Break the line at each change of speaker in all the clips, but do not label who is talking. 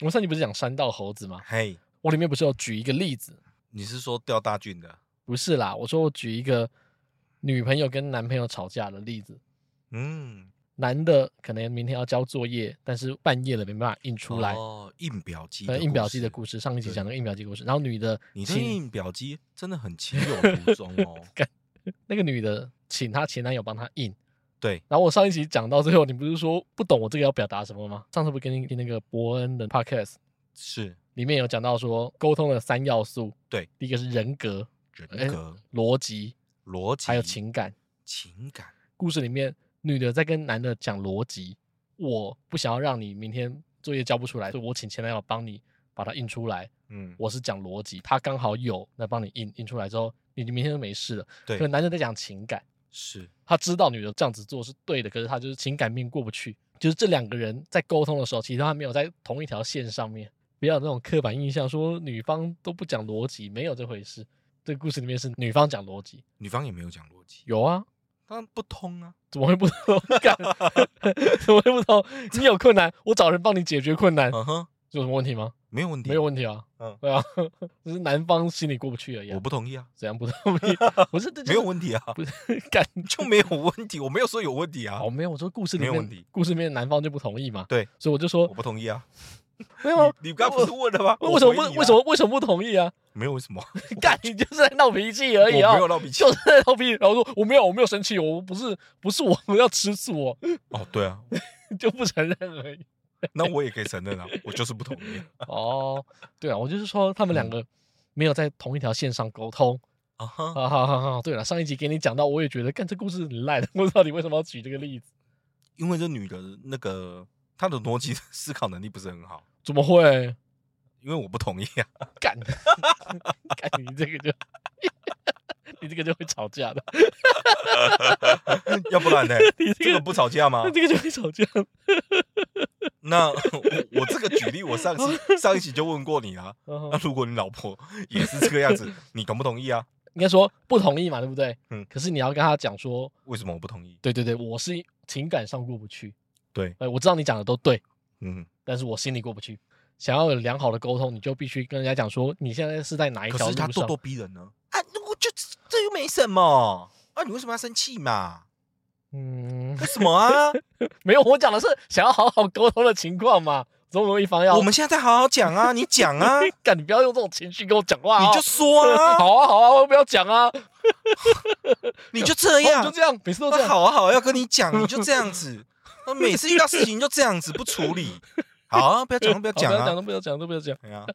我们上集不是讲山道猴子吗？
嘿，
我里面不是有举一个例子？
你是说钓大俊的？
不是啦，我说我举一个女朋友跟男朋友吵架的例子。
嗯，
男的可能明天要交作业，但是半夜了没办法印出来，
哦，印表机
呃，
的
印表机的
事。
故事，上一集
对
讲那个印表机故事。然后女的
你这
请
印表机真的很情有独钟哦。
那个女的请她前男友帮她印。
对，
然后我上一集讲到最后，你不是说不懂我这个要表达什么吗？上次不是跟你听那个伯恩的 podcast
是
里面有讲到说沟通的三要素，
对，
第一个是人格、哎
人格、
逻辑，
逻辑，
还有情感。
情感。
故事里面女的在跟男的讲逻辑，我不想要让你明天作业交不出来，所以我请前男友帮你把它印出来。
嗯，
我是讲逻辑，他刚好有，那帮你印印出来之后，你明天就没事了。可
对，
男的在讲情感，
是
他知道女的这样子做是对的，可是他就是情感面过不去。就是这两个人在沟通的时候，其实他没有在同一条线上面，不要有那种刻板印象说女方都不讲逻辑，没有这回事。这个故事里面是女方讲逻辑，
女方也没有讲逻辑，
有啊，
当然不通啊。
怎么会不通？干 怎么会不通？你有困难，我找人帮你解决困难，
嗯哼，
有什么问题吗？
没有问题，
哎没有问题啊，
嗯
对啊， 只是男方心里过不去而已、
我
啊。
不同意啊，
怎样不同 意？不是，这就是
没有问题啊，
不是 干
就没有问题，我没有说有问题啊
哦，，没有，我说故事里
没有
面
问题
故事里面男方就不同意嘛，
对，
所以我就说
我不同意啊。
没有啊，
你你刚不是问了吗？
为为什么
我回你
不
啊
为什么为什么不同意啊？
没有为什么？
干，你就是在闹脾气而已
我
啊
没有，闹脾气
就是在闹脾气。然后说我没有，我没有生气，我不是不是我 要吃醋哦，
哦，对啊，
就不承认而已。
那我也可以承认啊，我就是不同意啊
哦，对啊，我就是说他们
嗯
两个没有在同一条线上沟通。
啊哈。
啊，好好好，对了，上一集给你讲到，我也觉得干这故事很烂，我到底为什么要举这个例子？
因为这女的那个她的逻辑思考能力不是很好，
怎么会？
因为我不同意啊。
干， 干你这个就， 你这个就会吵架的，
要 不然呢？
你这
这个
个
不吵架吗
那？这个就会吵架。
那我我这个举例，我上 次上一期就问过你啊。
嗯
那如果你老婆 也是这个样子，你同不同意啊？
应该说不同意嘛，对不对？
嗯
可是你要跟他讲说，
为什么我不同意？
对对对，我是情感上过不去，
对，
哎，我知道你讲的都对，
嗯，
但是我心里过不去。想要有良好的沟通，你就必须跟人家讲说，你现在是在哪一
可
条
是
路
她
上？
咄咄逼人呢。啊，我就这又没什么啊，你为什么要生气嘛？
嗯，
为什么啊？
没有，我讲的是想要好好沟通的情况嘛，总有一方要
我们现在再好好讲啊，你讲 啊，你
干，你不要用这种情绪跟我讲话、哦，
就说 啊，
好啊好啊，我不要讲啊，
你就这
我
样
就，这样， 每次都这
那
样。
好啊好啊，要跟你讲，你就这 样子，那每次遇到事情就这样子不处理，好啊，不要讲了不要
好
讲
不要讲
啊，
都不要讲都不要讲，
哎呀，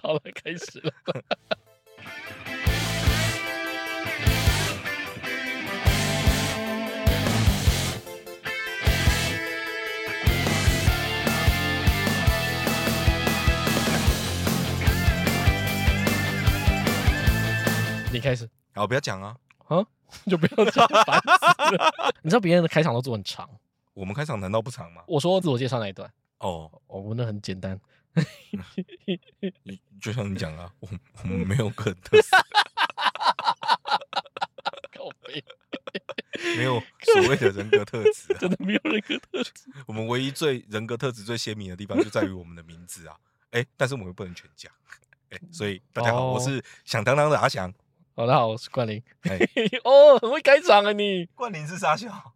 好了，开始了。 你开始
好不要讲啊，
就不要讲，烦死了。 你知道别人的开场都做很长，
我们开场难道不长吗？
我说自我介绍那一段，
哦，
哦，我那很简单，
你就像你讲啊，我我们没有个人特色，
靠背，
没有所谓的人格特质啊，
真的没有人格特质。
我们唯一最人格特质最鲜明的地方就在于我们的名字啊，哎，但是我们又不能全讲，哎，所以大家好，
哦
我是响当当的阿翔，
好，大家好，我是冠霖。
哎
哦，很会开场啊你！
冠霖是傻笑。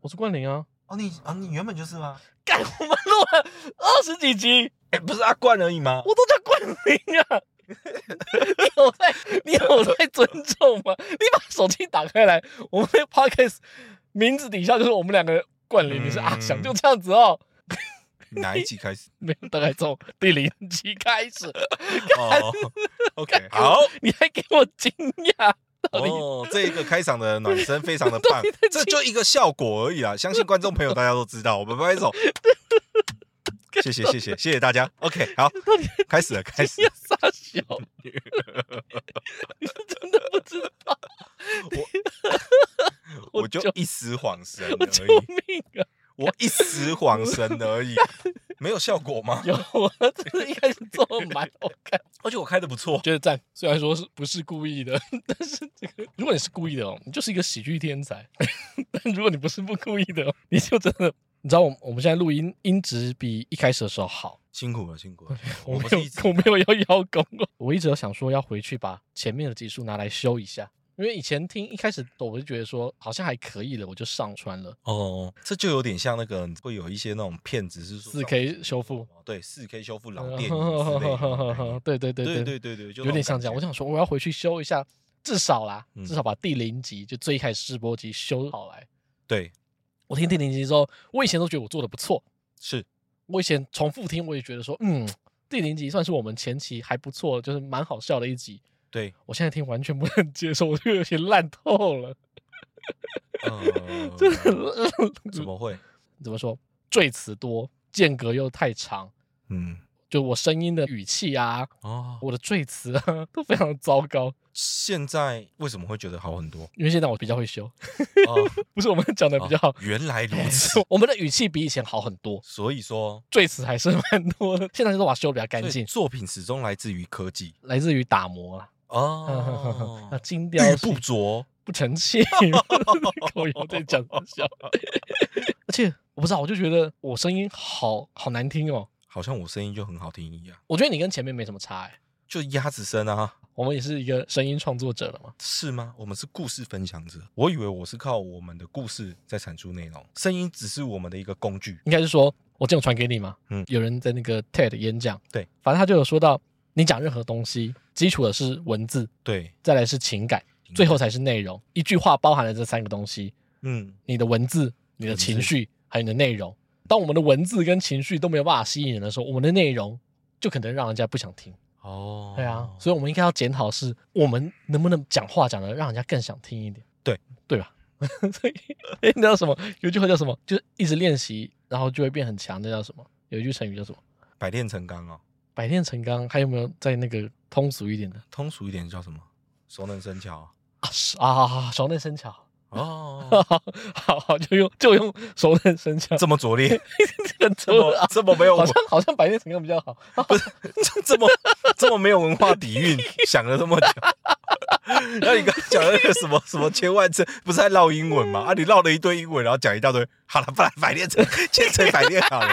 我是冠霖啊。
哦，你啊，你原本就是吗？
干，我们录了二十几集，
哎、不是阿冠而已吗？
我都叫冠霖啊。 你有在，你有在尊重吗？你把手机打开来，我们的 podcast 名字底下就是我们两个冠霖，你是阿翔，
嗯
就这样子哦。
哪一季开始？
没有，大概从第零集开始，
哦，OK，
干
好。
你还给我惊讶，到底
哦，这一个开场的暖身非常的棒，这就一个效果而已啦。相信观众朋友大家都知道，我们拍手，谢谢谢谢谢谢大家。OK，好，开始了开始
你要傻笑？ 你是真的不知道？
了，我就一时恍神
我救
而已，
命啊！
我一时恍神而已，没有效果吗？
有啊，这是一开始做得蛮好看，
而且我开的不错，
觉得赞。虽然说是不是故意的，但是这个如 果你是故意的哦，你就是一个喜剧天才；但如果你不是不故意的哦，你就真的你知道我们我们现在录音音质比一开始的时候好，
辛苦了，辛苦了。
我没
不
有
是一直
我没有要邀功哦，我一直有想说要回去把前面的集数拿来修一下，因为以前听一开始我就觉得说好像还可以了，我就上传了。
哦，这就有点像那个会有一些那种骗子是说
4K 修复，
对，四 K 修复老电影之类的那种概 念。
对对对
对
对
对对对，就那
有点
种
像
感
这样。我
觉
想说，我要回去修一下，至少啦，
嗯
至少把第零集就最一开始试播集修好来。
对
我听第零集之后，我以前都觉得我做的不错，
是
我以前重复听我也觉得说，嗯，第零集算是我们前期还不错，就是蛮好笑的一集。
对，
我现在听完全不能接受，我就有点烂透了，
呃
真的很烂
怎么会？
怎么说？赘词多，间隔又太长，
嗯
就我声音的语气啊，
哦，
我的赘词啊，都非常糟糕。
现在为什么会觉得好 很多？
因为现在我比较会修，
哦，
不是我们讲的比较好。
哦，原来如此
我们的语气比以前好很多，
所以说，
赘词还是蛮多的。现在都把它修得比较干
所以
净，
作品始终来自于科技
来自于打磨啊啦。
哦
啊，，精雕
玉
细
不琢，
不成器， 口油在讲笑。 而且我不知道，我就觉得我声音好好难听哦。
好像我声音就很好听一样，
我觉得你跟前面没什么差哎、
就鸭子声啊。
我们也是一个声音创作者了嘛。
是吗？我们是故事分享者，我以为我是靠我们的故事在产出内容，声音只是我们的一个工具。
应该是说，我这种传给你嘛，
嗯
有人在那个 TED 演讲，
对，
反正他就有说到，你讲任何东西，基础的是文字，
对，
再来是情感，最后才是内容。一句话包含了这三个东西：
嗯，
你的文字、你的
文字
情绪，还有你的内容。当我们的文字跟情绪都没有办法吸引人的时候，我们的内容就可能让人家不想听。
哦
对啊，所以我们应该要检讨是，我们能不能讲话讲的让人家更想听一点？
对，
对吧？ 所以，哎，那叫什么？有一句话叫什么？就是一直练习，然后就会变很强。那叫什么？有一句成语叫什么？
以百炼成钢哦，
百炼成钢。还有没有在那个通俗一点的
通俗一点叫什么？熟能生巧 啊
啊？是啊，熟能生巧。
哦，
好好好，就用就用熟能生巧，
这么 拙劣，
这个
这
真
么
的
这么没有
好
文，
像好像百炼成钢比较好。
这这么这么没有文化底蕴， 想了这么久。那你刚刚讲那个什么什么千万次，不是在绕英文吗？啊，你绕了一堆英文，然后讲一大堆。好了，不然百炼成 千锤百炼好了。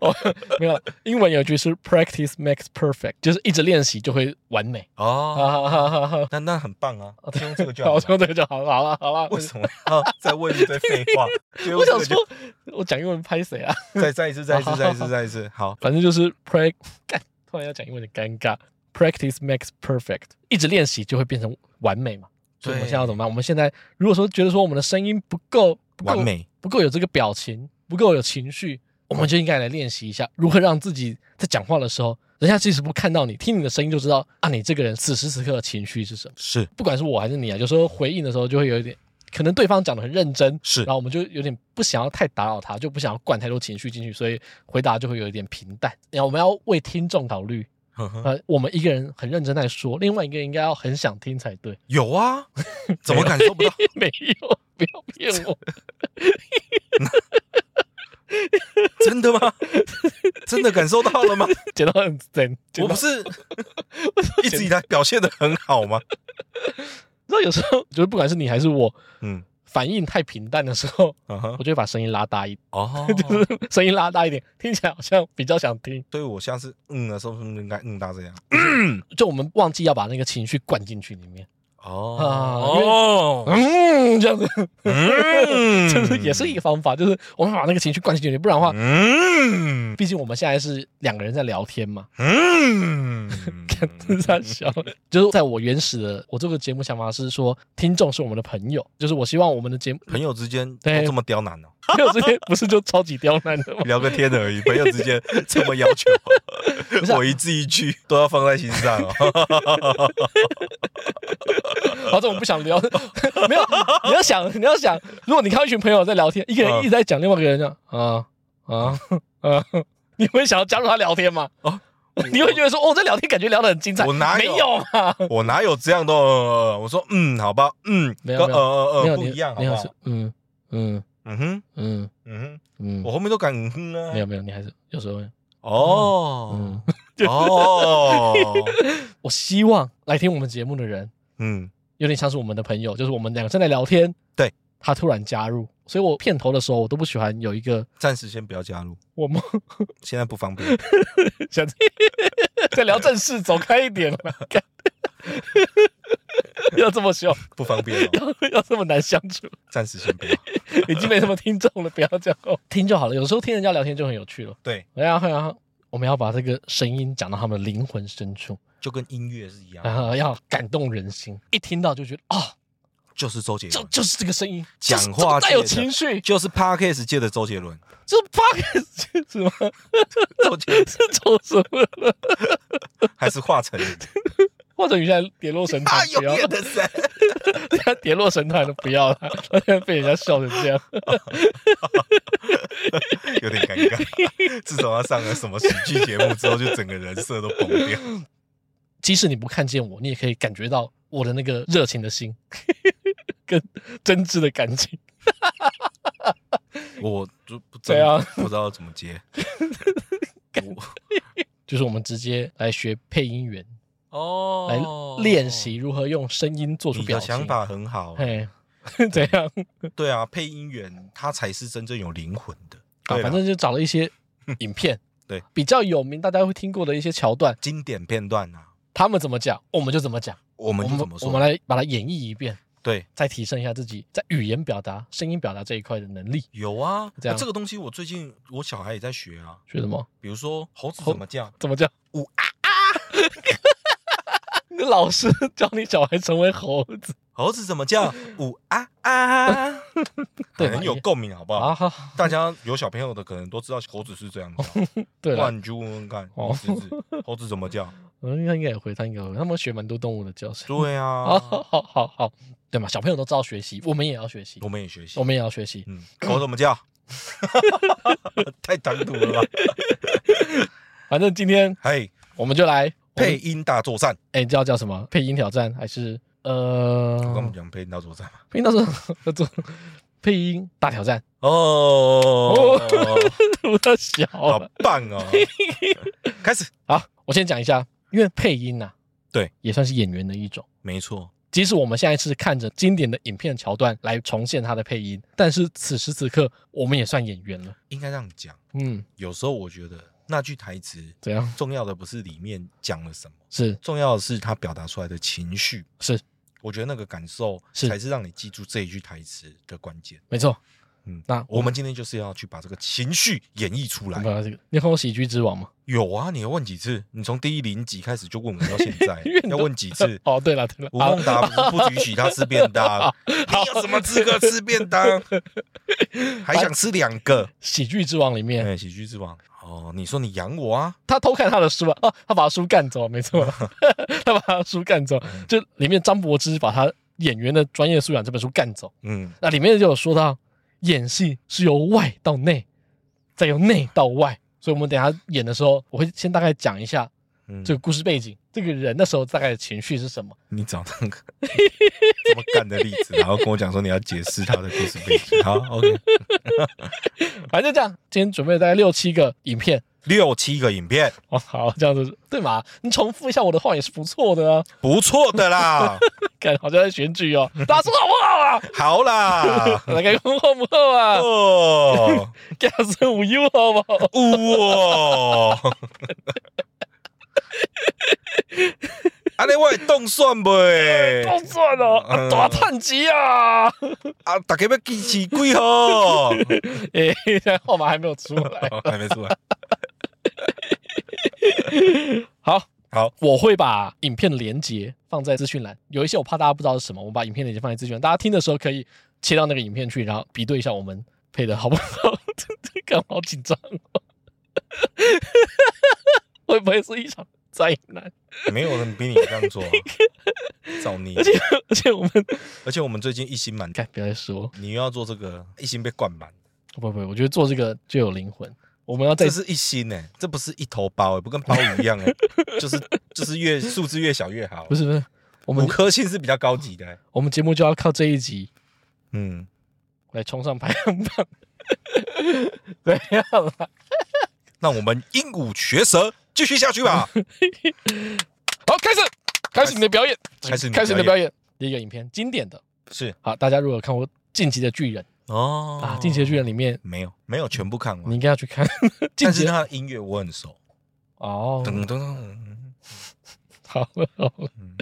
哦，没有了，英文有一句是 “practice makes perfect”，就是一直练习就会完美。
哦
好好好好，
那那很棒啊，就用这个就好
好，
了。
说对就好了，好了，哦好了。
为什么 要再问一堆废 话？就用
我
这
想
个就
说，我讲英文拍谁啊？
再再一次，再一
好
次，再一次，再一次。好，
反正就是 prac，干突然要讲英文的尴尬。Practice makes perfect，一直练习就会变成完美嘛。所以我们
对
现在要怎么办？我们现在如果说觉得说我们的声音不够不够
完美，
不够有这个表情，不够有情绪，我们就应该来练习一下如何让自己在讲话的时候，人家即使不看到你，听你的声音就知道啊，你这个人此时此刻的情绪是什么。
是
不管是我还是你啊，有时候回应的时候就会有一点，可能对方讲的很认真，
是
然后我们就有点不想要太打扰他，就不想要灌太多情绪进去，所以回答就会有一点平淡。然后我们要为听众考虑，
呵呵
呃，我们一个人很认真在说，另外一个人应该要很想听才对。
有啊，怎么感受不到？
没有，不要骗 我，
真的 吗？真的感受到了吗？
剪到很 真，剪
我
到
不是一直以来表现的很好吗？
你知道有时候就是不管是你还是我，
嗯，
反应太平淡的时候，
嗯哼
我，就会把声音拉大一，
哦，
就是声音拉大一点，听起来好像比较想听。
所以我下次嗯的时候是不是应该嗯到这 样？
就我们忘记要把那个情绪灌进去里 面，
哦 哦，
嗯，这样子，
嗯
就是也是一个方法，就是我们把那个情绪灌进去里面，不然的话，
嗯
毕竟我们现在是两个人在聊天嘛，
嗯，
是在笑。就是在我原始的我这个节目想法是说，听众是我们的朋友，就是我希望我们的节目
朋友之间都
对
这么刁 难哦。
朋友之间不是就超级刁难的吗？
聊个天而已，朋友之间这么要求，哦
是啊
我一字一句都要放在心上哦。
好，这我不想聊。 没有，你要想，你要想，如果你看到一群朋友在聊天，一个人一直在讲另外一个人这样啊啊啊，你会想要加入他聊天吗？
哦
你会觉得说，哦，这聊天感觉聊得很精彩。
我哪
没
有
有嘛？
我哪有这样的？呃我说嗯，好吧，嗯，
没有
跟
没
呃
有没
呃呃
有，
不
你
一样，好
没
不
有是
好？
嗯嗯
嗯哼，
嗯
嗯哼，我
嗯，
后面都敢嗯哼啊。
没有没有，你还是有时候会
哦
嗯，
哦，
我希望来听我们节目的人
嗯，
有点像是我们的朋友，就是我们两个正在聊天，
对，
他突然加入，所以我片头的时候我都不喜欢有一个
暂时先不要加入，
我们
现在不 方便。
想在聊正事，走开一点了，干 要这么凶，
不方便、哦，
要要这么难相处，
暂时先不要。
已经没什么听众了，不要讲哦，听就好了。有时候听人家聊天就很有趣了。
对，
哎呀，哎呀，我们要把这个声音讲到他们灵魂深处，
就跟音乐是一样，
然后要感动人心，一听到就觉得啊、
就是周杰
就
伦，
就是这个声音，
讲
就是
话
这么带有
界的
情绪，
就是 Parkes 界的周杰 伦。
这 p o d 什么？
周杰伦
是走什么了？
还是华晨宇，哎
或者你现在跌落神坛，不要，
的神。
他跌落神坛都不要了， 他现在被人家笑成这样。
有点尴尬。自从他上了什么喜剧节目之后，就整个人设都崩掉。
即使你不看见我，你也可以感觉到我的那个热情的心，跟真挚的感情。
我就不知
对
道、
啊
不知道怎么 接。
就是我们直接来学配音员，
哦
来练习如何用声音做出
你
表
的
情。
想法很好，啊
嘿， 怎样？
对啊，配音员他才是真正有灵魂的。
啊，
对啦
反正就找了一些影片，
对，
比较有名，大家会听过的一些桥段，
经典片段啊，
他们怎么讲，我们就怎么讲。
我
我
们就怎
们
么
我
说？
们来把它演绎一遍，
对，
再提升一下自己在语言表达、声音表达这一块的能力。
有啊。
这样
啊这个东西我最近我小孩也在学啊，
学什么？
比如说猴子
猴
怎么叫，
怎么讲？
呜
啊啊！你的老师教你小孩成为猴 子
猴子怎 么叫，呜啊啊，
对嘛
很有共鸣，好不好？
啊？哈
大家有小朋友的可能都知道猴子是这样 子啊，
对
不
了
然，你去问问看，
哦
你 侄子猴子怎么叫？
嗯应该应该也会，他应该会，他们学蛮多动物的叫声。
对
好
啊，
好好好，对嘛，小朋友都知道学习，我们也要学习
我，们也学习
我。们也要学习。
嗯，狗怎 么叫？ 太唐突了吧？
反正今天
嘿，
我们就来
配，音大作战，
哎，叫叫什么？配音挑战还是呃
我跟我们讲配音大作战嘛。
配音到时候要做配音大挑 战，
哦，
我的小
好
了。
棒哦！开始，
好，我先讲一下，因为配音呐、
对，
也算是演员的一种。
没错，
即使我们现在是看着经典的影片桥段来重现它的配音，但是此时此刻我们也算演员了。
应该这样讲。
嗯，
有时候我觉得那句台词
怎样？
重要的不是里面讲了什么，
是
重要的是他表达出来的情绪。
是，
我觉得那个感受
是
才是让你记住这一句台词的关键。
没错。
嗯，
那
我们今天就是要去把这个情绪演绎出
我
来
们。要这个，你有看过《喜剧之王》吗？
有啊，你问几次？你从第一零集开始就问我到现在
因为，你
要
都？
问几次
哦，对了对了，
吴
啊
孟达不是不允许他吃便 当，你有什么资格吃便当？还想吃两个？
喜剧之王》里面，
哎，喜剧之王哦，你说你养我啊？
他偷看他的书啊，哦，他把书干走，没 错，他把他的书干走，
嗯
就里面张柏芝把他演员的专业素养这本书干走。
嗯，
那里面就有说到，演戏是由外到内，再由内到外。所以我们等一下演的时候，我会先大概讲一下
嗯
这个故事背景，这个人那时候大概的情绪是什么。
你找那个 这么干的例子，然后跟我讲说你要解释他的故事背景。好，OK，
反正就这样，今天准备了大概六七个影片。
六七个影片，
哦，好，这样子对嘛？你重复一下我的话也是不错的啊，
不错的啦，
感觉好像在选举哦，大家说好不好啊？
好啦，
大家说好不好啊？
哦，
干声无忧好不好？
哇， 安尼我会动算
好
袂？
赚哦，啊大探级啊！
啊，大家要支持几号？
诶、哎号码还没有出来。
还没出来。
好，
好，
我会把影片连接放在资讯栏，有一些我怕大家不知道是什么，我把影片连接放在资讯栏，大家听的时候可以切到那个影片去，然后比对一下我们配的好不好。这这干嘛好紧张、哦？会不会是一场灾难？
没有人比你这样做、啊， 造孽！
而且而且我们
而且我们最近一心满，
该不要再说，
你又要做这个，一心被灌满，
不不，我觉得做这个就有灵魂。我们要在
这是一心呢、这不是一头包、欸，不跟包一样哎、 就是就是越数字越小越好
不。是不是，我
五
们
颗星是比较高级的欸、
我们节目就要靠这一集
嗯，
来冲上排行 榜，怎样啦？
让我们鹦鹉学舌，继续下去 吧。
好，开始，开始你的表演，
开始你的
开始你的
表
表演。第一个影片，经典的，
是
好，大家如果有看过晋级的巨人》
哦
啊，《进击的巨人》里面
没有没有全部看
你
完，
应该要去看
但
晋
是
级的
他的音乐我很熟，
哦，
噔噔噔，
好了好了
嗯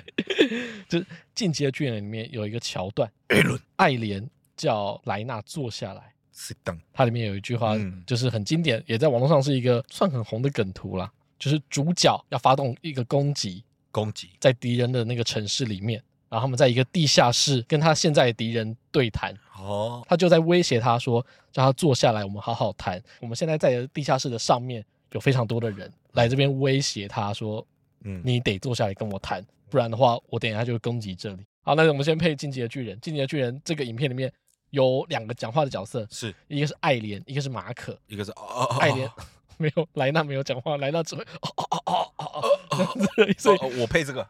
就是《进击的巨人》里面有一个桥段，
艾伦
爱莲叫莱纳坐下来，
sit down，
它里面有一句话
嗯
就是很经典，也在网络上是一个算很红的梗图啦，就是主角要发动一个攻击，
攻击
在敌人的那个城市里面，然后他们在一个地下室跟他现在的敌人对谈，
哦，
他就在威胁他说，叫他坐下来，我们好好谈。我们现在在地下室的上面有非常多的人来这边威胁他说，
嗯，
你得坐下来跟我谈，不然的话，我等一下就会攻击这里。好，那我们先配《进击的巨人》。《进击的巨人》这个影片里面有两个讲话的角色，
是
一个是爱莲，一个是马可。
一个是哦哦哦
爱莲、
哦
没有莱纳没有讲话，莱纳只会哦哦哦哦哦哦这样子而已，所以
哦我配这个，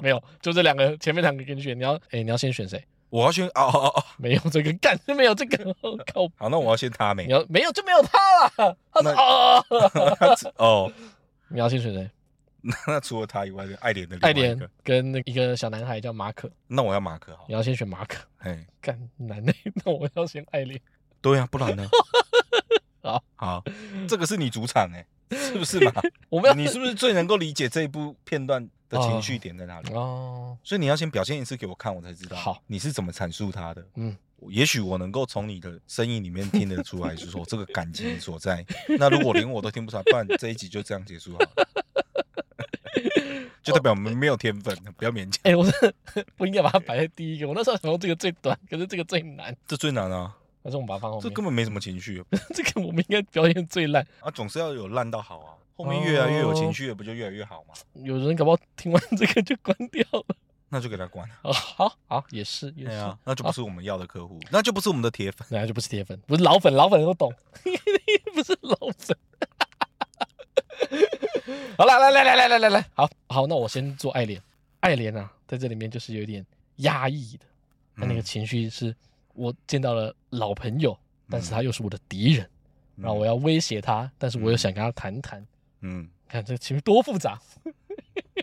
没有，就这两个，前面两个给你选，你要哎你要先选谁？
我要先哦哦哦哦，
没有这个干，没有这个靠，
好，那我要先他
你
没，
要没有就没有他了，他是
那
哦，哦哦
他只哦，
你要先选谁？
那那除了他以外，就爱莲的另外
爱
一个
莲跟那一个小男孩叫马可，
那我要马克好哦
你，要先选马可，
哎，
干男的，那我要选爱莲。？
对啊呀，不然呢
好，
好，这个是你主场哎，是不是嘛？
我们要
你是不是最能够理解这一部片段的情绪点在哪里？
哦，
所以你要先表现一次给我看，我才知道
好
你是怎么阐述它的。
嗯，
也许我能够从你的声音里面听得出来，就是说这个感情 所在。那如果连我都听不出来，不然这一集就这样结束好 了，就代表我们没有天分，不要勉强。
哎、我是 不应该把它摆在第一个，我那时候想说这个最短，可是这个最难，
这最难啊，
但是我们把它放后
这
面。
根本没什么情 绪
这个我们应该表演最烂。
啊，总是要有烂到好啊。后面越来
哦
越有情绪了，不就越来越好吗？
有人搞不好听完这个就关掉了。
那就给他关了。
哦，好好，也是也
哎
是，啊
呀，那就不是我们要的客户，那就不是我们的铁粉。
那就不是铁粉，不是老粉，老粉都懂， 不是老粉。好了，来来来来来来来，好好，那我先做爱莲。爱莲啊，在这里面就是有点压抑的，他那个
嗯
情绪是，我见到了老朋友，但是他又是我的敌人，然后我要威胁他，但是我又想跟他谈谈。
嗯
看这个情绪多复杂，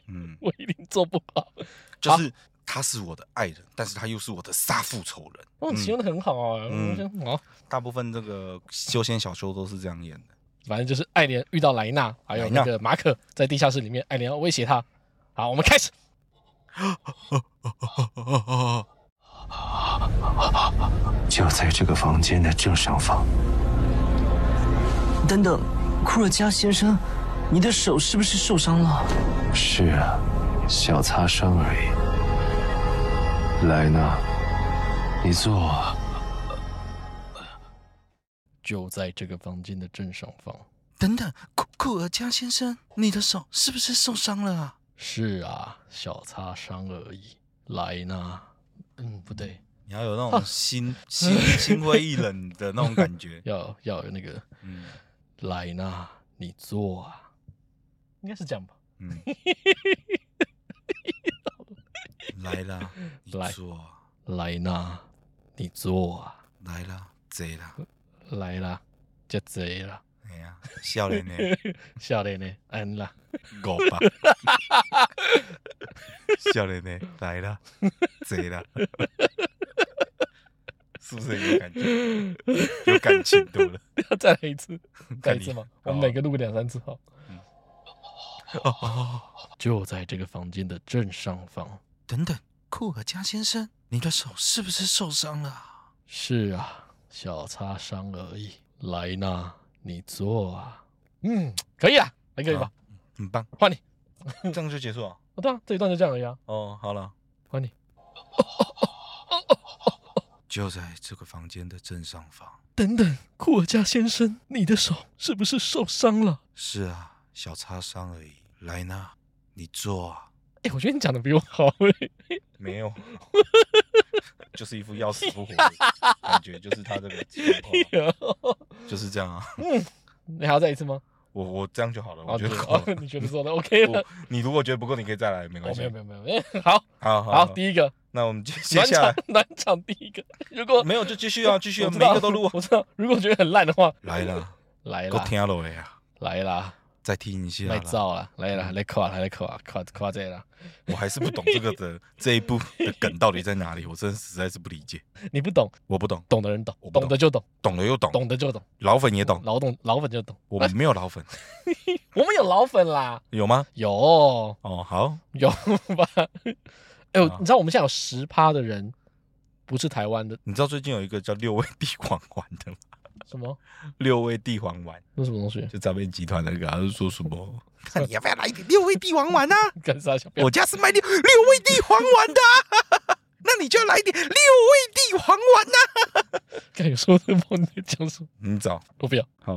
嗯，
我一定做不好。
就是他是我的爱人，但是他又是我的杀父仇人。
哦，形容的很好啊，
嗯
我觉得好。
大部分这个修仙小说都是这样演 的。
反正就是爱莲遇到莱纳，还有那个马可在地下室里面，爱莲要威胁他。好，我们开始。
就在这个房间的正上方。
等等，库尔加先生，你的手是不是受伤了？
是啊，小擦伤而已。莱纳，你坐啊。
就在这个房间的正上方。
等等，库库尔加先生，你的手是不是受伤了啊？
是啊，小擦伤而已。莱纳，嗯，不对，
你要有那种心心心灰意冷的那种感 觉。
要要有那个
嗯
莱纳，你坐啊，应该是这样吧？
嗯，来啦，你
来
坐啊，
莱纳，你坐啊，
来啦，贼啦，
来啦，这贼啦，
哎呀，笑脸呢，
笑脸呢，安 啦。
狗吧，笑脸呢，来啦，贼啦，是不是很有感觉？有感情多了。
要再来一次， 再来一
你哦
次吗？我
好
们每个录个两三次好
嗯。
就在这个房间的正上方。
等等，库尔加先生，你的手是不是受伤了啊？
是啊，小擦伤而已。莱纳，你坐啊。嗯，可以啦，还可以吧
好？很棒，
换你。
这样就结束了。
哦，对啊，这一段就这样而已啊。
哦，好了，
换你。
就在这个房间的正上方。
等等，库尔加先生，你的手是不是受伤了？
是啊，小擦伤而已。莱纳，你坐啊。
哎，我觉得你讲的比我好哎。
没 有，就是一副要死不活的感觉，就是他这个情 况，就是这样啊。
你还要再一次吗？
我我这样就好了，
哦
我觉得
对
够了。
哦你觉得做 的 OK 了
我？你如果觉得不够，你可以再来，没
哦
关，系
没有。没有没有 没有，好
好
好，
好，
第一个
那我们接接
暖
下
场
来
暖场第一个，如果
没有就继续啊，继续啊，
我知
每
道
一个都录啊。
我知道，如果觉得很烂的话，
来了，
来
够
啦，
听落的啊。
来啦，
再听一下
卖
啦。
造啊，来
嗯
啦，来垮啦，来垮，垮垮这啦，
我还是不懂这个 的这一部的梗到底在哪里，我真的实在是不理解。
你不懂，
我不懂，
懂的人懂
我，不懂
懂的就懂，
懂了又懂，
懂的就懂，
老粉也懂，
老懂老粉就懂。
我们没有老粉，
我们有老粉啦，
有吗？
有
哦，好，
有吧？ 哎、呦，
啊
你知道我们现在有十趴的人不是台湾的，
你知道最近有一个叫六味地黄丸的吗？
什么？
六味地黄丸
那什么东西？
就诈骗集团那个，他是说什么？ 看你要不要来一点六味地黄 丸啊？
干啥小？不要
我家是卖六六味地黄丸的啊、 那你就要来一点六味地黄丸啊呐、
干有时候都不知道你在讲什么，
你找
我不要。
好，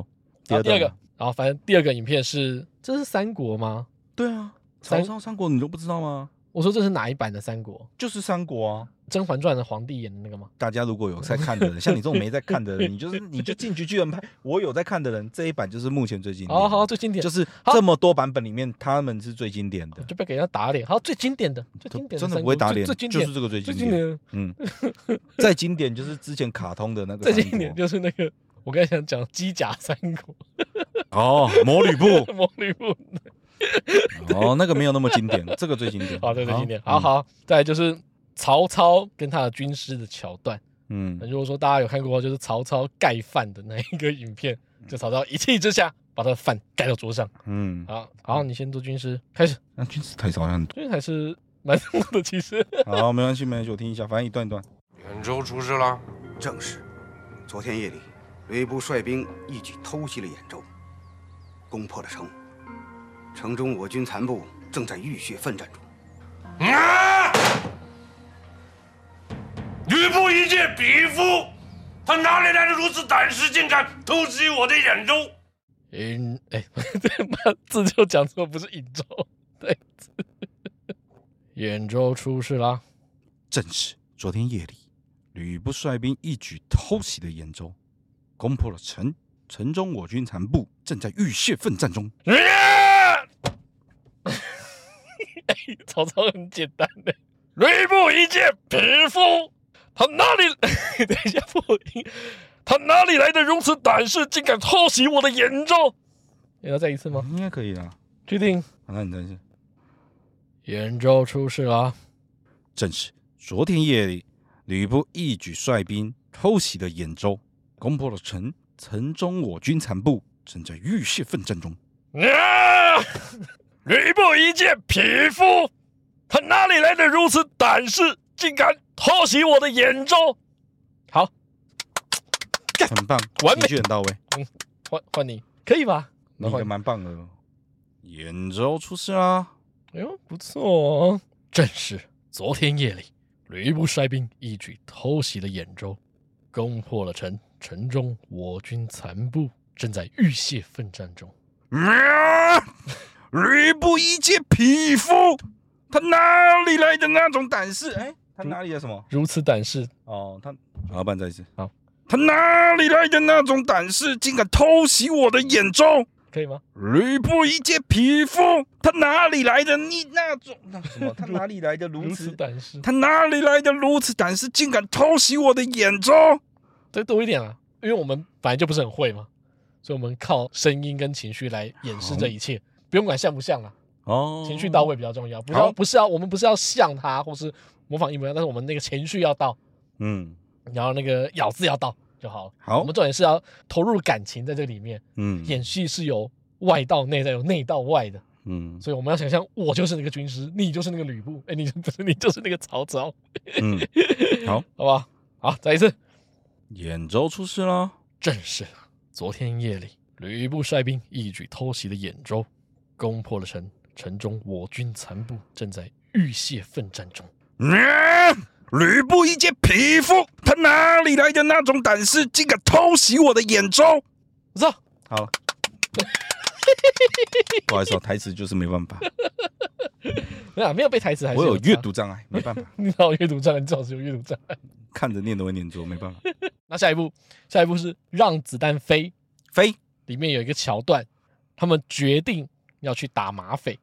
然啊后第二个，然后反正第二个影片是这是三国吗？
对啊，
三
曹操三国你都不知道吗？
我说这是哪一版的三国？
就是三国啊。
《甄嬛传》的皇帝演的那个吗？
大家如果有在 看的人，像你这种没在看的人，你就是你就进局巨人拍。我有在看的人，这一版就是目前最经典的。
好好，最经典
就是是
好
这么多版本里面，他们是最经典的。
就不要给人家打脸。好，最经典的，最经典的
真
三
的不
国
会打脸，
最最经
就是
典，
这个最
最
经
经典
典。
的，
嗯，再经典就是之前卡通的那个
最
三国。
经典就是那个我刚才想讲机甲三国
哦，魔 吕布
魔女布。
哦，那个没有那么经典，这个最经典。
好，对对，经典。好，
嗯
好，再来就是曹操跟他的军师的桥段。
嗯，
那
嗯，
如果说大家有看过，就是曹操盖饭的那一个影片，就曹操一气之下把他的饭盖到桌上。
嗯，
好，好，你先做军师，开始。
那军事太少很多。
军师还是蛮多的，其实。
好，没关系，没关系，我听一下，反正一段一段。
兖州出事了，
正是，昨天夜里，吕布率兵一举偷袭了兖州，攻破了城。城中我军残部正在浴血奋战中。
啊
吕布一介匹夫，他哪里来的如此胆识，竟敢偷袭我的兖州？
嗯，哎，对，把字就讲错，不是兖州，对， 字兖州出事啦。
正是昨天夜里，吕布率兵一举偷袭了兖州，攻破了城。城中我军残部正在浴血奋战中。
曹操很简单的，吕布一介匹夫，他哪里？ 等一下破音，他哪里来的如此胆识，竟敢偷袭我的兖州？你要再一次吗？
应该可以啦。
确定？
好那你等一下。
兖州出啊事啦！
正是昨天夜里，吕布一举率兵偷袭了兖州，攻破了城。城中我军残部正在浴血奋战中。
啊！吕布一介匹夫，他哪里来的如此胆识，竟敢偷袭我的兖州？好，
很棒，
完美
情绪很到位，
换换你，可以吧？
你
换
的蛮棒的。哦兖州出事啊啦！
哎呦，不错哦！正是昨天夜里，吕布率兵一举偷袭了兖州，攻破了城。城中我军残部正在浴血奋战中。
啊 吕布一介匹夫，他哪里来的那种胆识？哎，他哪里的什么？
如此胆识，
哦，他老板再一次。
好，
他哪里来的那种胆识，竟敢偷袭我的兖州？
可以吗？
吕布一介匹夫，他哪里来的你那种那什么？他哪里来的如
如
此
此？胆识，
他哪里来的如此胆识，竟敢偷袭我的兖州？
再多一点啦，因为我们本来就不是很会嘛，所以我们靠声音跟情绪来掩饰这一切，不用管像不像啦，
哦
情绪到位比较重要。不是
好
要不是要我们不是要像他或是模仿一模一样，但是我们那个情绪要到，
嗯，
然后那个咬字要到就好了。
好
我们重点是要投入感情在这里面。
嗯
演戏是由外到内，再由内到外的，
嗯
所以我们要想象，我就是那个军师，你就是那个吕布，哎，你不是你就是那个曹操，
嗯，好，
好不好？好，再一次，
兖州出事了。
正是啊昨天夜里，吕布率兵一举偷袭了兖州，攻破了城，城中我军残部正在浴血奋战中。
啊吕布一介匹夫，他哪里来的那种胆识，竟敢偷袭我的兖州？
走，
好 了，不好意思、哦，台词就是没办法，
没有没有背台词，还是
我有
差
阅，读障碍，没办法，
你知道我阅读障碍，你最好是有阅读障碍。
看着念都会念错，没办法。
那下一步，下一步是让子弹飞，
飞
里面有一个桥段，他们决定要去打马匪。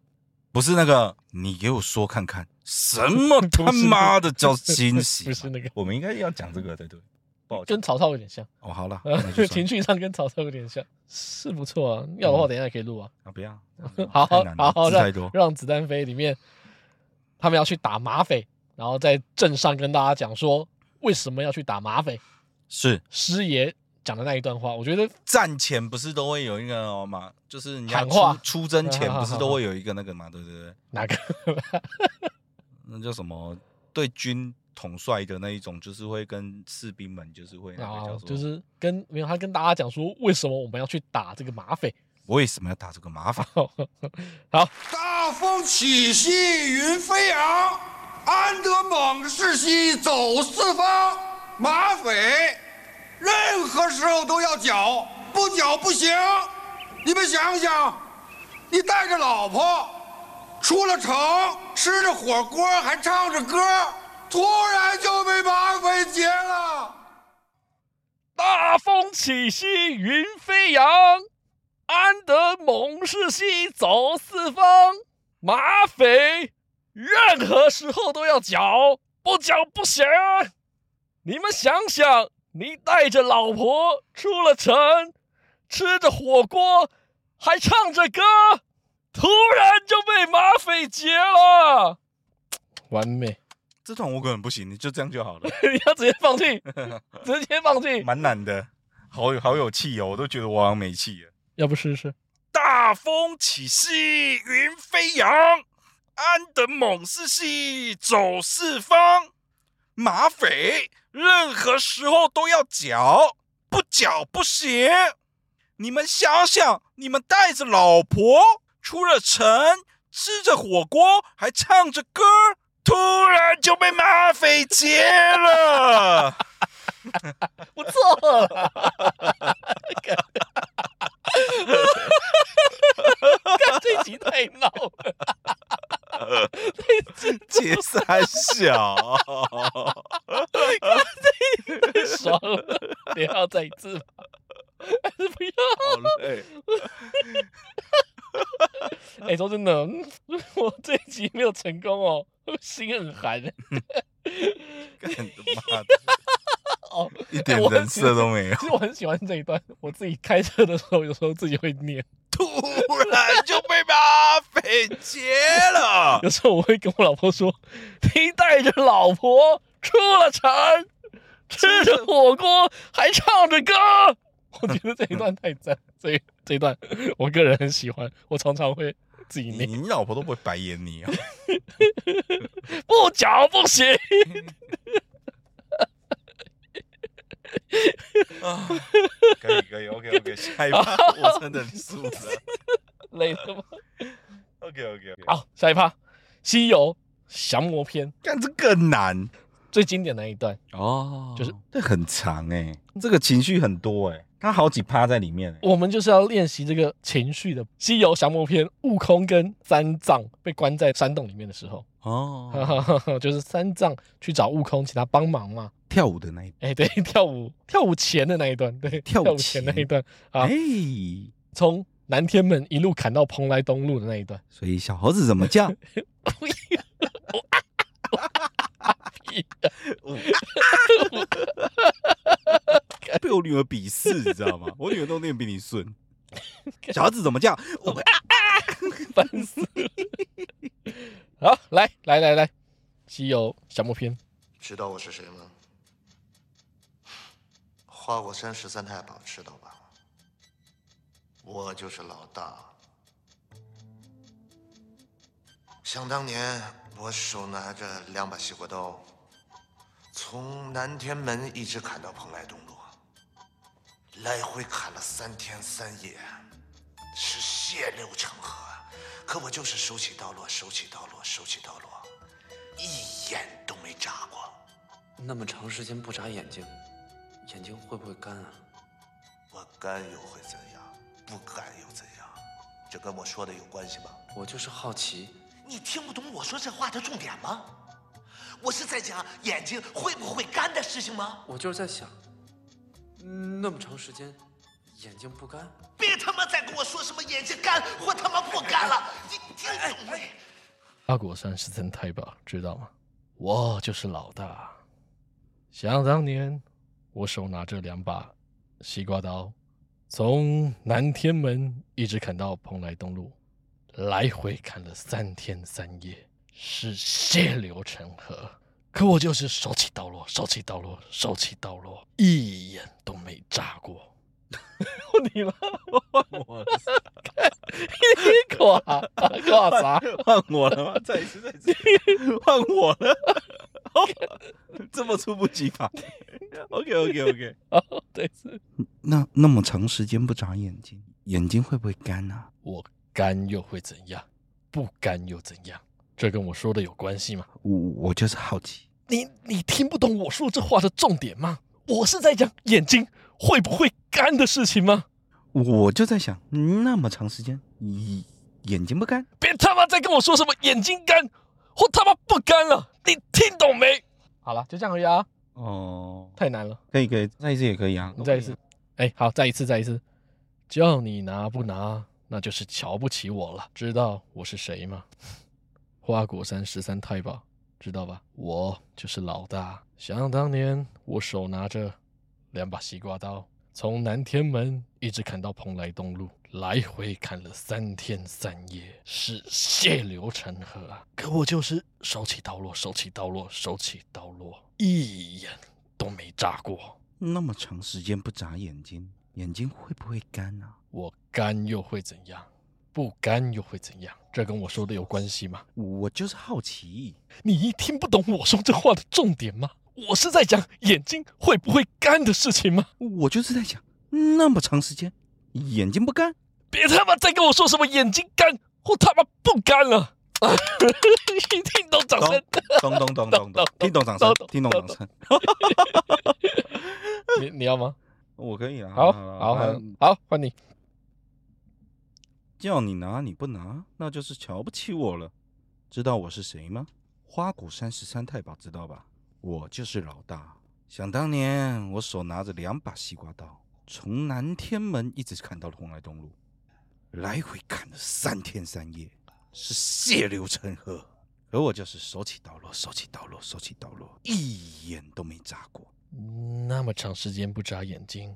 不是那个，你给我说看看，什么他妈的叫惊喜？ 啊
不是那个
我们应该要讲这个才对。不好讲。
跟曹操有点像，
哦，好 了，
呃
那就算
情
了
绪上跟曹操有点像，是不错啊。要的话，
嗯
等一下也可以录啊。
啊，不要，
好
太难了
好好，
字太
让
多。
让子弹飞里面，他们要去打马匪，然后在镇上跟大家讲说为什么要去打马匪。
是
师爷讲的那一段话，我觉得
战前不是都会有一个哦嘛，就是你要
喊话
出出征前
好好
不是
好
都
好
会有一个那 个嘛，对不对？
哪个
那叫什么？对军统帅的那一种，就是会跟士兵们就是会那个
啊
叫，做，
就是跟没有他跟大家讲说为什么我们要去打这个马匪。
为什么要打这个麻烦？
好，
大风起兮云飞扬，安得猛士兮走四方。马匪，任何时候都要缴，不缴不行。你们想想，你带着老婆出了城，吃着火锅还唱着歌，突然就被马匪劫了。
大风起兮云飞扬，安得猛士兮走四方。马匪任何时候都要缴，不缴不行。你们想想，你带着老婆出了城，吃着火锅，还唱着歌，突然就被马匪劫了。完美！
这种我可能不行，你就这样就好了，
你要直接 放弃，直接放弃，
蛮难的，好有好有气哦，我都觉得我好像没气了。
要不试试？
大风起兮云飞扬，安得猛士兮走四方。马匪任何时候都要缴，不缴不行。你们想想，你们带着老婆出了城，吃着火锅，还唱着歌，突然就被马匪劫了。
不错了。干干这集太闹了，
劫三小，
太爽了！你要再一次吗？还是不要？
好累。
哎、说真的，嗯我这一集没有成功哦，心很寒。哎
干他妈的，
哦，
一
哎
点
我
人设都没有
其。实我很喜欢这一段，我自己开车的时候，有时候自己会念，
突然就被马匪劫了
有。时候我会跟我老婆说：“你带着老婆出了城， 吃着火锅还唱着歌。” 我觉得这一段太 赞，这一这一段我个人很喜欢，我常常会自己
你
念，
你老婆都不会白眼你啊！
不嚼不行。
啊可以可以，OK OK，下一 趴我真的输了。
累了吗？
OK OK，
好，下一趴，《西游降魔篇》
干这更难
最经典的一段，
哦
就是
这很长哎、这个情绪很多哎、它好几趴在里面、欸。
我们就是要练习这个情绪的。《西游降魔篇》，悟空跟三藏被关在山洞里面的时候，
哦，
就是三藏去找悟空，请他帮忙嘛。
跳舞的那一
哎，对， 跳舞跳舞前的那一段，对，
跳舞
舞前那
前
一段啊，
哎、
从南天门一路砍到蓬莱东路的那一段。
所以小猴子怎么叫？ 被我女儿鄙视，你知道吗？我女儿都念比你顺。小猴子怎么叫？我
烦死了。 好，来来来来，《西游降魔篇》
知道我是谁吗？花果山十三太保知道吧？我就是老大。想当年，我手拿着两把西瓜刀，从南天门一直砍到蓬莱东路，来回砍了三天三夜，是血流成河。啊可我就是手起刀落，手起刀落，手起刀落，一眼都没眨过。
那么长时间不眨眼睛，眼睛会不会干啊？
我干又会怎样？不干又怎样？这跟我说的有关系吗？
我就是好奇，
你听不懂我说这话的重点吗？我是在讲眼睛会不会干的事情吗？
我就是在想，嗯那么长时间眼睛不干，
别他妈再跟我说什么眼睛干或他妈不干了！你听懂没？
花果山十三太保，知道吗？我就是老大。想当年，我手拿着两把西瓜刀，从南天门一直砍到蓬莱东路，来回砍了三天三夜，是血流成河。可我就是手起刀落，手起刀落，手起刀落，一眼都没眨过。 你了，
我
你 垮垮啥？
换我了吗？再一次，再一次，换我 了，这么猝不及防。OK，OK，OK，
哦，对，是
那那么长时间不眨眼睛，眼睛会不会干啊？
我干又会怎样？不干又怎样？这跟我说的有关系吗？
我我就是好奇，
你你听不懂我说这话的重点吗？我是在讲眼睛会不会干的事情吗？
我就在想，那么长时间，眼眼睛不干，
别他妈再跟我说什么眼睛干或他妈不干了，你听懂没？好了，就这样而已啊，
哦，
太难了，
可以可以，再一次也可以啊，
你再一次，哎、好，再一次，再一次，叫你拿不拿，那就是瞧不起我了，知道我是谁吗？花果山十三太保，知道吧？我就是老大。想当年，我手拿着两把西瓜刀，从南天门一直砍到蓬莱东路，来回砍了三天三夜，是血流成河啊！可我就是手起刀落，手起刀落，手起刀落，一眼都没眨过。
那么长时间不眨眼睛，眼睛会不会干啊？
我干又会怎样？不干又会怎样？这跟我说的有关系吗？
我就是好奇，
你听不懂我说这话的重点吗？我是在讲眼睛会不会干的事情吗？
我就是在想，那么长时间，眼睛不干，
别他妈再跟我说什么眼睛干或他妈不干了！啊 一听懂掌 声，
咚咚咚 咚
咚
咚，
听懂掌声
懂，
听懂
懂
掌声，
你你要吗？
我可以啊，
好
啊
好好
那
好，换你。
叫你拿你不拿，那就是瞧不起我了。知道我是谁吗？花果山十三太保知道吧？我就是老大。想当年，我手拿着两把西瓜刀，从南天门一直砍到了蓬莱东路，来回砍了三天三夜，是血流成河。而我就是手起刀落，手起刀落，手起刀落，一眼都没眨过。
那么长时间不眨眼睛，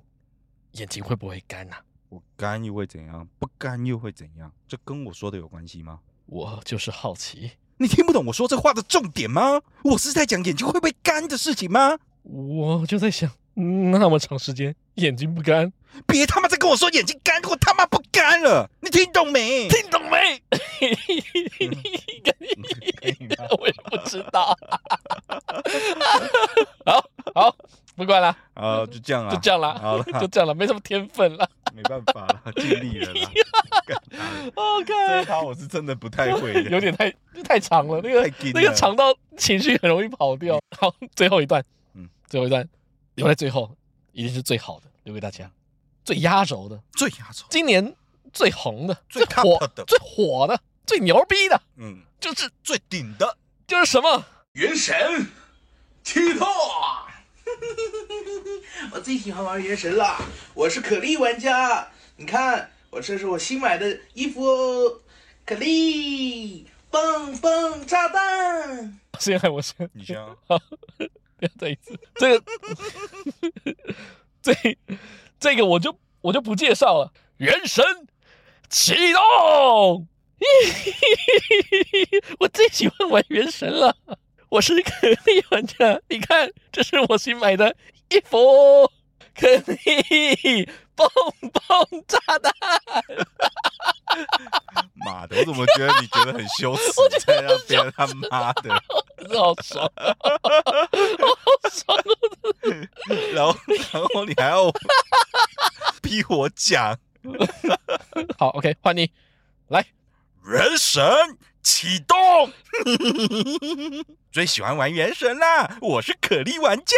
眼睛会不会干啊？
我干又会怎样？不干又会怎样？这跟我说的有关系吗？
我就是好奇，
你听不懂我说这话的重点吗？我是在讲眼睛会不会干的事情吗？
我就在想，那么长时间眼睛不干，
别他妈再跟我说眼睛干，我他妈不干了！你听懂没？
听懂没？我也不知道。 好好，不管了，
啊，就这样啊，
就这样
好
了
了，，
就这样了，没什么天 分了。
没办法了，尽力了 啦。干啊这一
OK，
趴我是真的不太会的，
有点太太长了，那个
太紧
那个
了嗯
长到情绪很容易跑掉。好，最后一段，嗯
嗯，
最后一段留在最后，一定是最好的，留给大家，最压轴的，
最压轴，
今年最红的、
最
火
top 的
最火的、最牛逼的，
嗯，
就是
最顶的。
就是什么？
原神，踢透啊！ 我最喜欢玩原神了，我是可莉玩家。你看，我这是我新买的衣服哦，可莉棒棒炸弹。
先害我先。
你先啊，
不要再一次，这个这这个我就我就不介绍了。原神启动， 我最喜欢玩原神了。我是可莉玩家，你看，这是我新买的衣服，可莉蹦蹦炸弹。
妈的，我怎么觉得你觉得很羞耻？在那边他妈的，
真的好爽，
然后然后你还要 逼我讲
好，OK，换你来。
原神启动， 最喜欢玩原神啦！我是可莉玩家，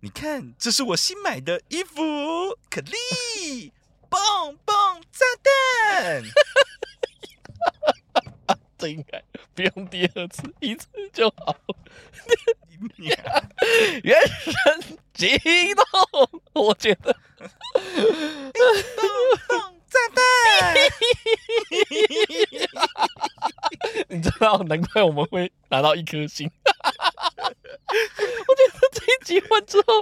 你看，这是我新买的衣服，可莉棒棒炸 弹。
这应该不用第二次，一次就好。
你啊
原神激动，我觉 得
炸弹！
你知道，难怪我们会拿到一颗星。我觉得这一结婚之后，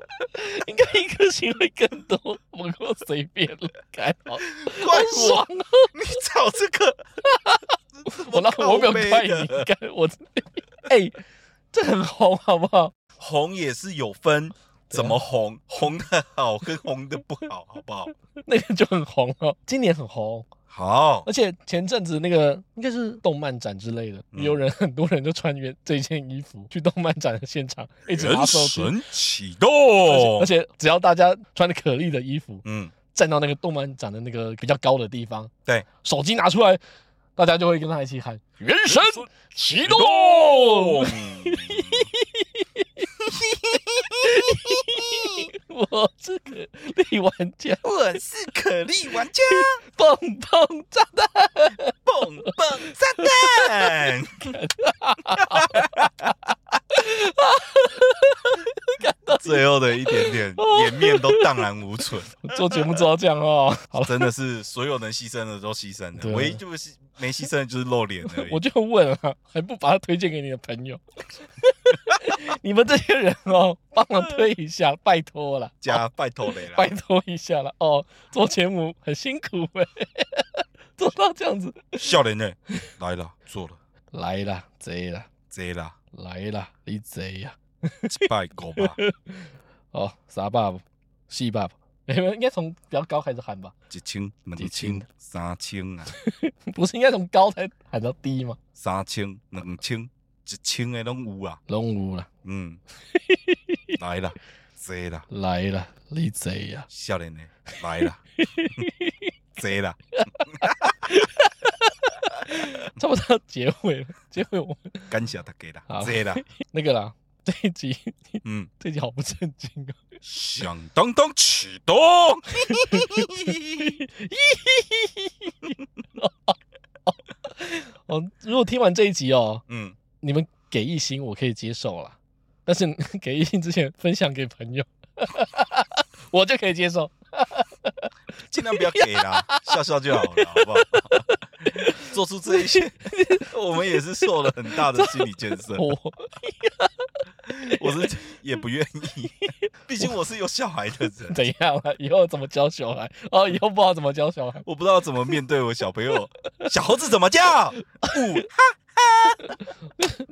应该一颗星会更多。我给我随便了，开好，
怪
好
我
爽啊！
你 找这个，
我让我没有
怪
怪你，干我 真的，哎、这很红好不好？
红也是有分，
啊
怎么红， 红的好跟红的不好，好不好？
那个就很红哦，今年很红，
好，
而且前阵子那个应该是动漫展之类的，
嗯
有人很多人就穿原这件衣服 去动漫展的现 场，一直拿
人
手机，
神
而
启
且
动，
而且只要大家穿着可丽的衣服，
嗯，
站到那个动漫展的那个比较高的地方，
对，
手机拿出来，大家就会跟他一起喊“原神启动”，
嗯
我是可丽玩家，
我是可莉玩家，
蹦蹦炸弹。
蹦蹦炸弹，最后的一 点点
哦
颜面都荡然无存，
做节目做到这样哦， 好了，
真的是所有能牺牲的都牺牲
对
了，唯一就是没牺牲的就是露脸而已。
我就问啊，还不把它推荐给你的朋友？ 你们这些人哦，帮忙推一下，拜托了，
家拜托你了，
拜托一下了哦。做节目很辛苦哎、 做到这样子，
笑脸呢来了，做了，
来啦，贼啦，
贼啦，
来啦，你贼呀、
一拜 狗吧，
哦，傻爸爸，细爸爸，你们应该从比较高开始喊吧？
一千、
一
两
千
千、三千啊，
不是应该从高才喊到低吗？
三千、两千、一千的拢有啊。
龙五啦，
嗯，来啦，坐啦，
来啦，你贼呀、
少年的 来啦，坐啦，
差不多到结尾了，结尾我们
感谢大家
好
啦，坐啦，
那个啦，这一集
嗯，
这一集好不正经啊！
响当当启 动，
哦，如果听完这一集哦，
嗯，
你们给一星我可以接受啦，但是 给一星之前分享给朋友， 我就可以接受。
尽量不要给啦，笑笑就好了，好不 好？做出这一 些，我们也是受了很大的心理建设，
我
我是也不愿 意，毕竟我是有小孩的人，
怎样啊？以后怎么教小孩？哦，以后不好怎么教小孩。
我不知道怎么面对我小朋友，小猴子怎么叫？呜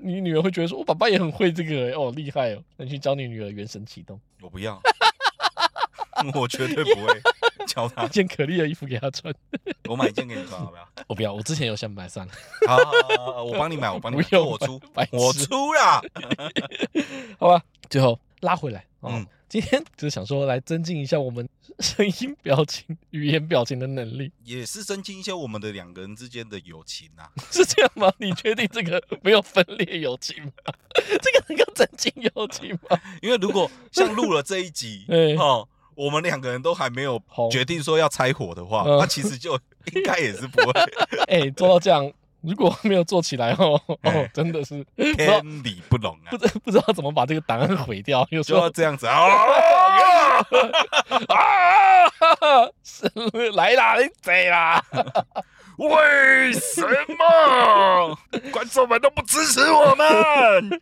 你女儿会觉得说，我哦爸爸也很会这个、欸，哦，厉害哦。那你去教你女儿原神启动，
我不要，我绝对不会教他
一。件可丽的衣服给她穿。
我买一件给你穿，好 不好？
我不要，我之前有想买，算了。
好好好好好，我帮你买，我帮你买，
不用
我出
白，痴
我出啦。
好吧，最后拉回来。哦、
嗯
今天就是想说来增进一下我们 声音、表情、语言、表情的能力，
也是增进一些我们的两个人之间的友情啊。
是这样 吗？你确定这个没有分裂友情吗？ 这个能够增进友情吗？
因为如果像录了这一集
对，
哦，我们两个人都还没有
红
决定说要拆伙的话，
嗯
那其 实就应该也是不会
哎、做到这样，如果没有做起来哦，哦
哎，
真的是不知道
天理不容啊
不，知不知道怎么把这个档案毁掉，有时
就
候
要这样子 啊。
啊， 是来啦，你贼啦！
为什么观众们都不支持我 们？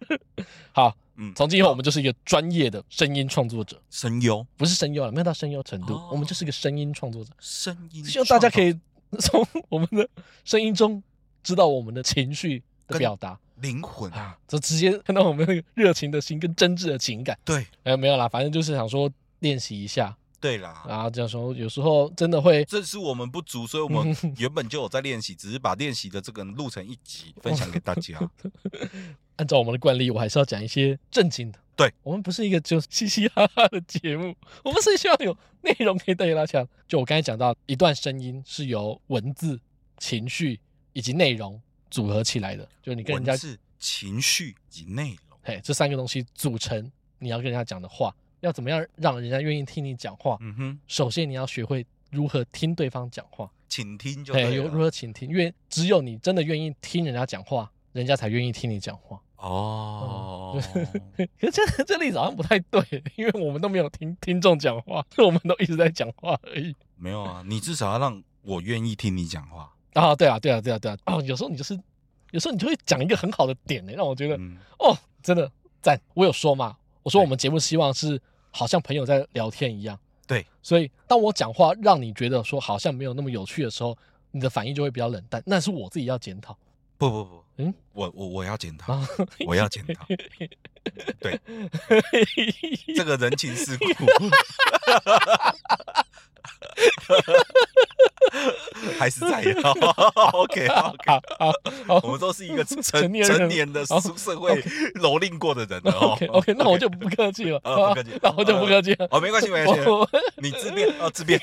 好，
嗯，
从今以后我们就是一个专业的声音创作者，
声优，
不是声优了，没有到声优程度，
哦
我们就是一个声音创作者。
声音，
希望大家可以 从我们的声音中知道我们的情绪的
跟
表达
灵魂，
啊，就直接看到我们那个热情的心跟真挚的情感。
对
哎，没有啦，反正就是想说练习一下，
对啦，
然后这样说，有时候真的会
这是我们不足，所以我 们原本就有在练习，只是把练习的这个录成一集分享给大家。
哦按照我们的惯例，我还是要讲一些正经的。
对
我们不是一个就嘻嘻哈哈的节目， 我们是希望有内容可以带给大家。就我刚才讲到，一段声音是由文字、情绪以及内容组合起来的，就是 你跟人
文
家
字、情绪及内容，
嘿这三个东西组成你要跟人家讲的话，要怎么样让人家愿意听你讲话？
嗯哼，
首先你要学会如何听对方讲话，
请听就
嘿，
对
有如
了。
何倾听，因为只有你真的愿意听人家讲话，人家才愿意听你讲话。
哦，
可是这这例子好像不太对，因为我们都没有听听众讲话，我们都一直在讲话而已。
没有啊，你至少要让我愿意听你讲话。
啊，对啊，对啊，对啊，对啊。哦，有时候你就是，欸有时候你就会讲一个很好的点呢、让我觉得，
嗯，
哦，真的赞。我有说嘛，我说我们节目希望是好像朋友在聊天一样。
对，
所以当我讲话让你觉得说好像没有那么有趣的时候，你的反应就会比较冷淡，那是我自己要检 讨。
不不不，
嗯，
我我我要检讨，
啊
我要检 讨，对，这个人 情世故，还是在 要 OK OK，
好好好
我们都是一个成
成年人
成年的
好
社社会
OK
蹂躏过的 人了哦。
，OK OK，那我就不客气了，，
呃不客气
那我就不客气了。
哦，没关系没关系
我，
你自便哦 自便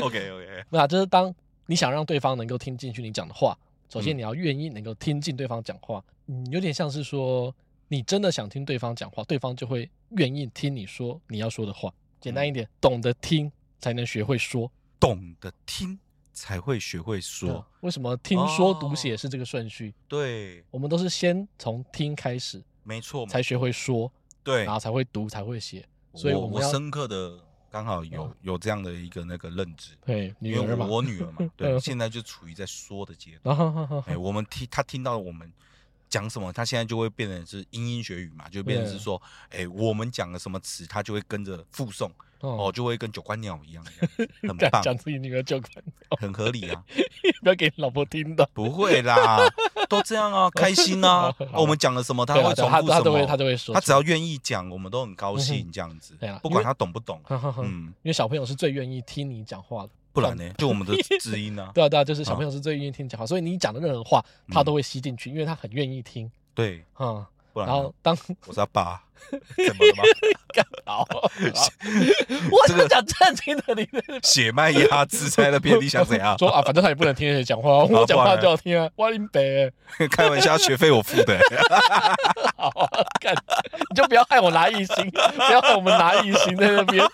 ，OK OK，
那就是当你想让对方能够听进去你讲的话，首
嗯
先你要愿意能够听进对方讲话，嗯，有点像是说你真的想听对方讲话，对方就会愿意听你说你要说的话。简
嗯
单一点，懂得听才能学会说。
懂得听才会学会
对
说，
为什么听说读
哦
写是这个顺序？
对，
我们都是先从听开始，
没错
啊
嘛，
才学会说，
对
然，后才会读，才会写。所以
我
们要
深刻的刚好有有这样的一个那个认知，
对女
因为
儿嘛哦
我，我女儿嘛，对，
嗯
现在就处于在说的阶 段。
然后
哎，我们听她听到我们讲什么，她现在就会变成是英音学语嘛，就变成是
对
说，哎，我们讲了什么词，她就会跟着附送，哦，
哦，
就会跟九官鸟一样，这 样很
讲
棒，
讲自己女儿就管，
很合理啊。
不要给老婆听到。
不会啦，都这样啊，开心啊。
好好
哦我们讲了什么，她
对啊
会
对
重
啊
复什么，
她她都会她都会说
她
出
只要愿意讲，我们都很高
嗯
兴这样子
对啊。
不
因为
管她懂不懂，
嗯
嗯，
因为小朋友是最愿意听你讲话的，
不然呢，就我 们的知音啊。
对啊，对啊，就是小
啊
朋友是最愿意听你讲话，所以你讲的任何话，他都会吸进去，因为他很愿意听
对，
啊。
啊不然
然
呢
后 当
我是他爸，怎么了吗？
好，好 我是讲正经的，你
血脉压制在那边，你想怎样？
说啊，反正他也不能听谁讲话，我讲话就要听啊，我林北，
开玩笑，学费我付的、
好啊，干，你就不要害我拿一星，不要害我们拿一星在那边，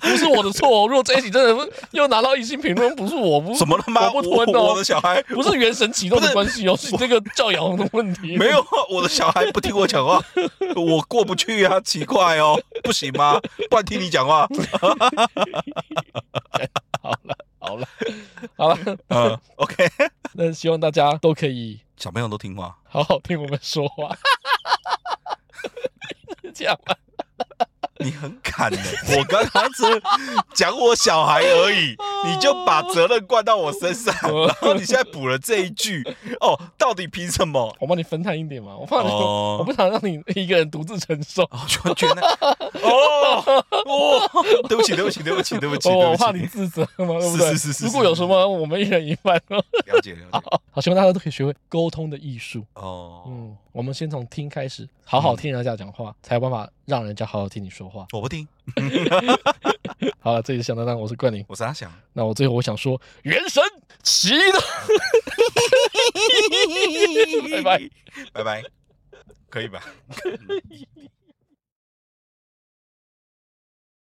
不是我的错哦。如果这一集真的又拿到一星评论，不是我不
什么他妈？
我
我
不吞哦，
我的小孩
不是原神启动
不
的
是
关系哦，是你这个教养的问题。
没有啊，我的小孩不听我讲话，我过不去啊，奇怪哦，不行吗？不然听你讲话，
好了，好了，好了，
嗯，OK，
那希望大家都可以
小朋友都听话，
好好听我们说话。 是这样吗？
你很敢的、我刚刚只讲我小孩而已，你就把责任灌到我身上，然后你现在补了这一 句，哦，到底凭什么？
我帮你分摊一点嘛，我怕你，
哦
我不想让你一个人独自承受。
哦，就觉得哦 哦，对不起，对不起，对不起，对不起，
哦，我
对
怕
不
你
起，
自责嘛，对不对？
是是是
如果有什
是
么，我们一人一半哦。
了解了解。
好，希望大家都可以学会沟通的艺术。
哦，
嗯，我们先从听开始，好好听人家讲话，才有办法让人家好好听你说话。
我不听，
好了，这里是想当当，我是冠霖。
我是阿翔，
那我最后我想说，原神奇的，拜拜。
拜拜，可以吧？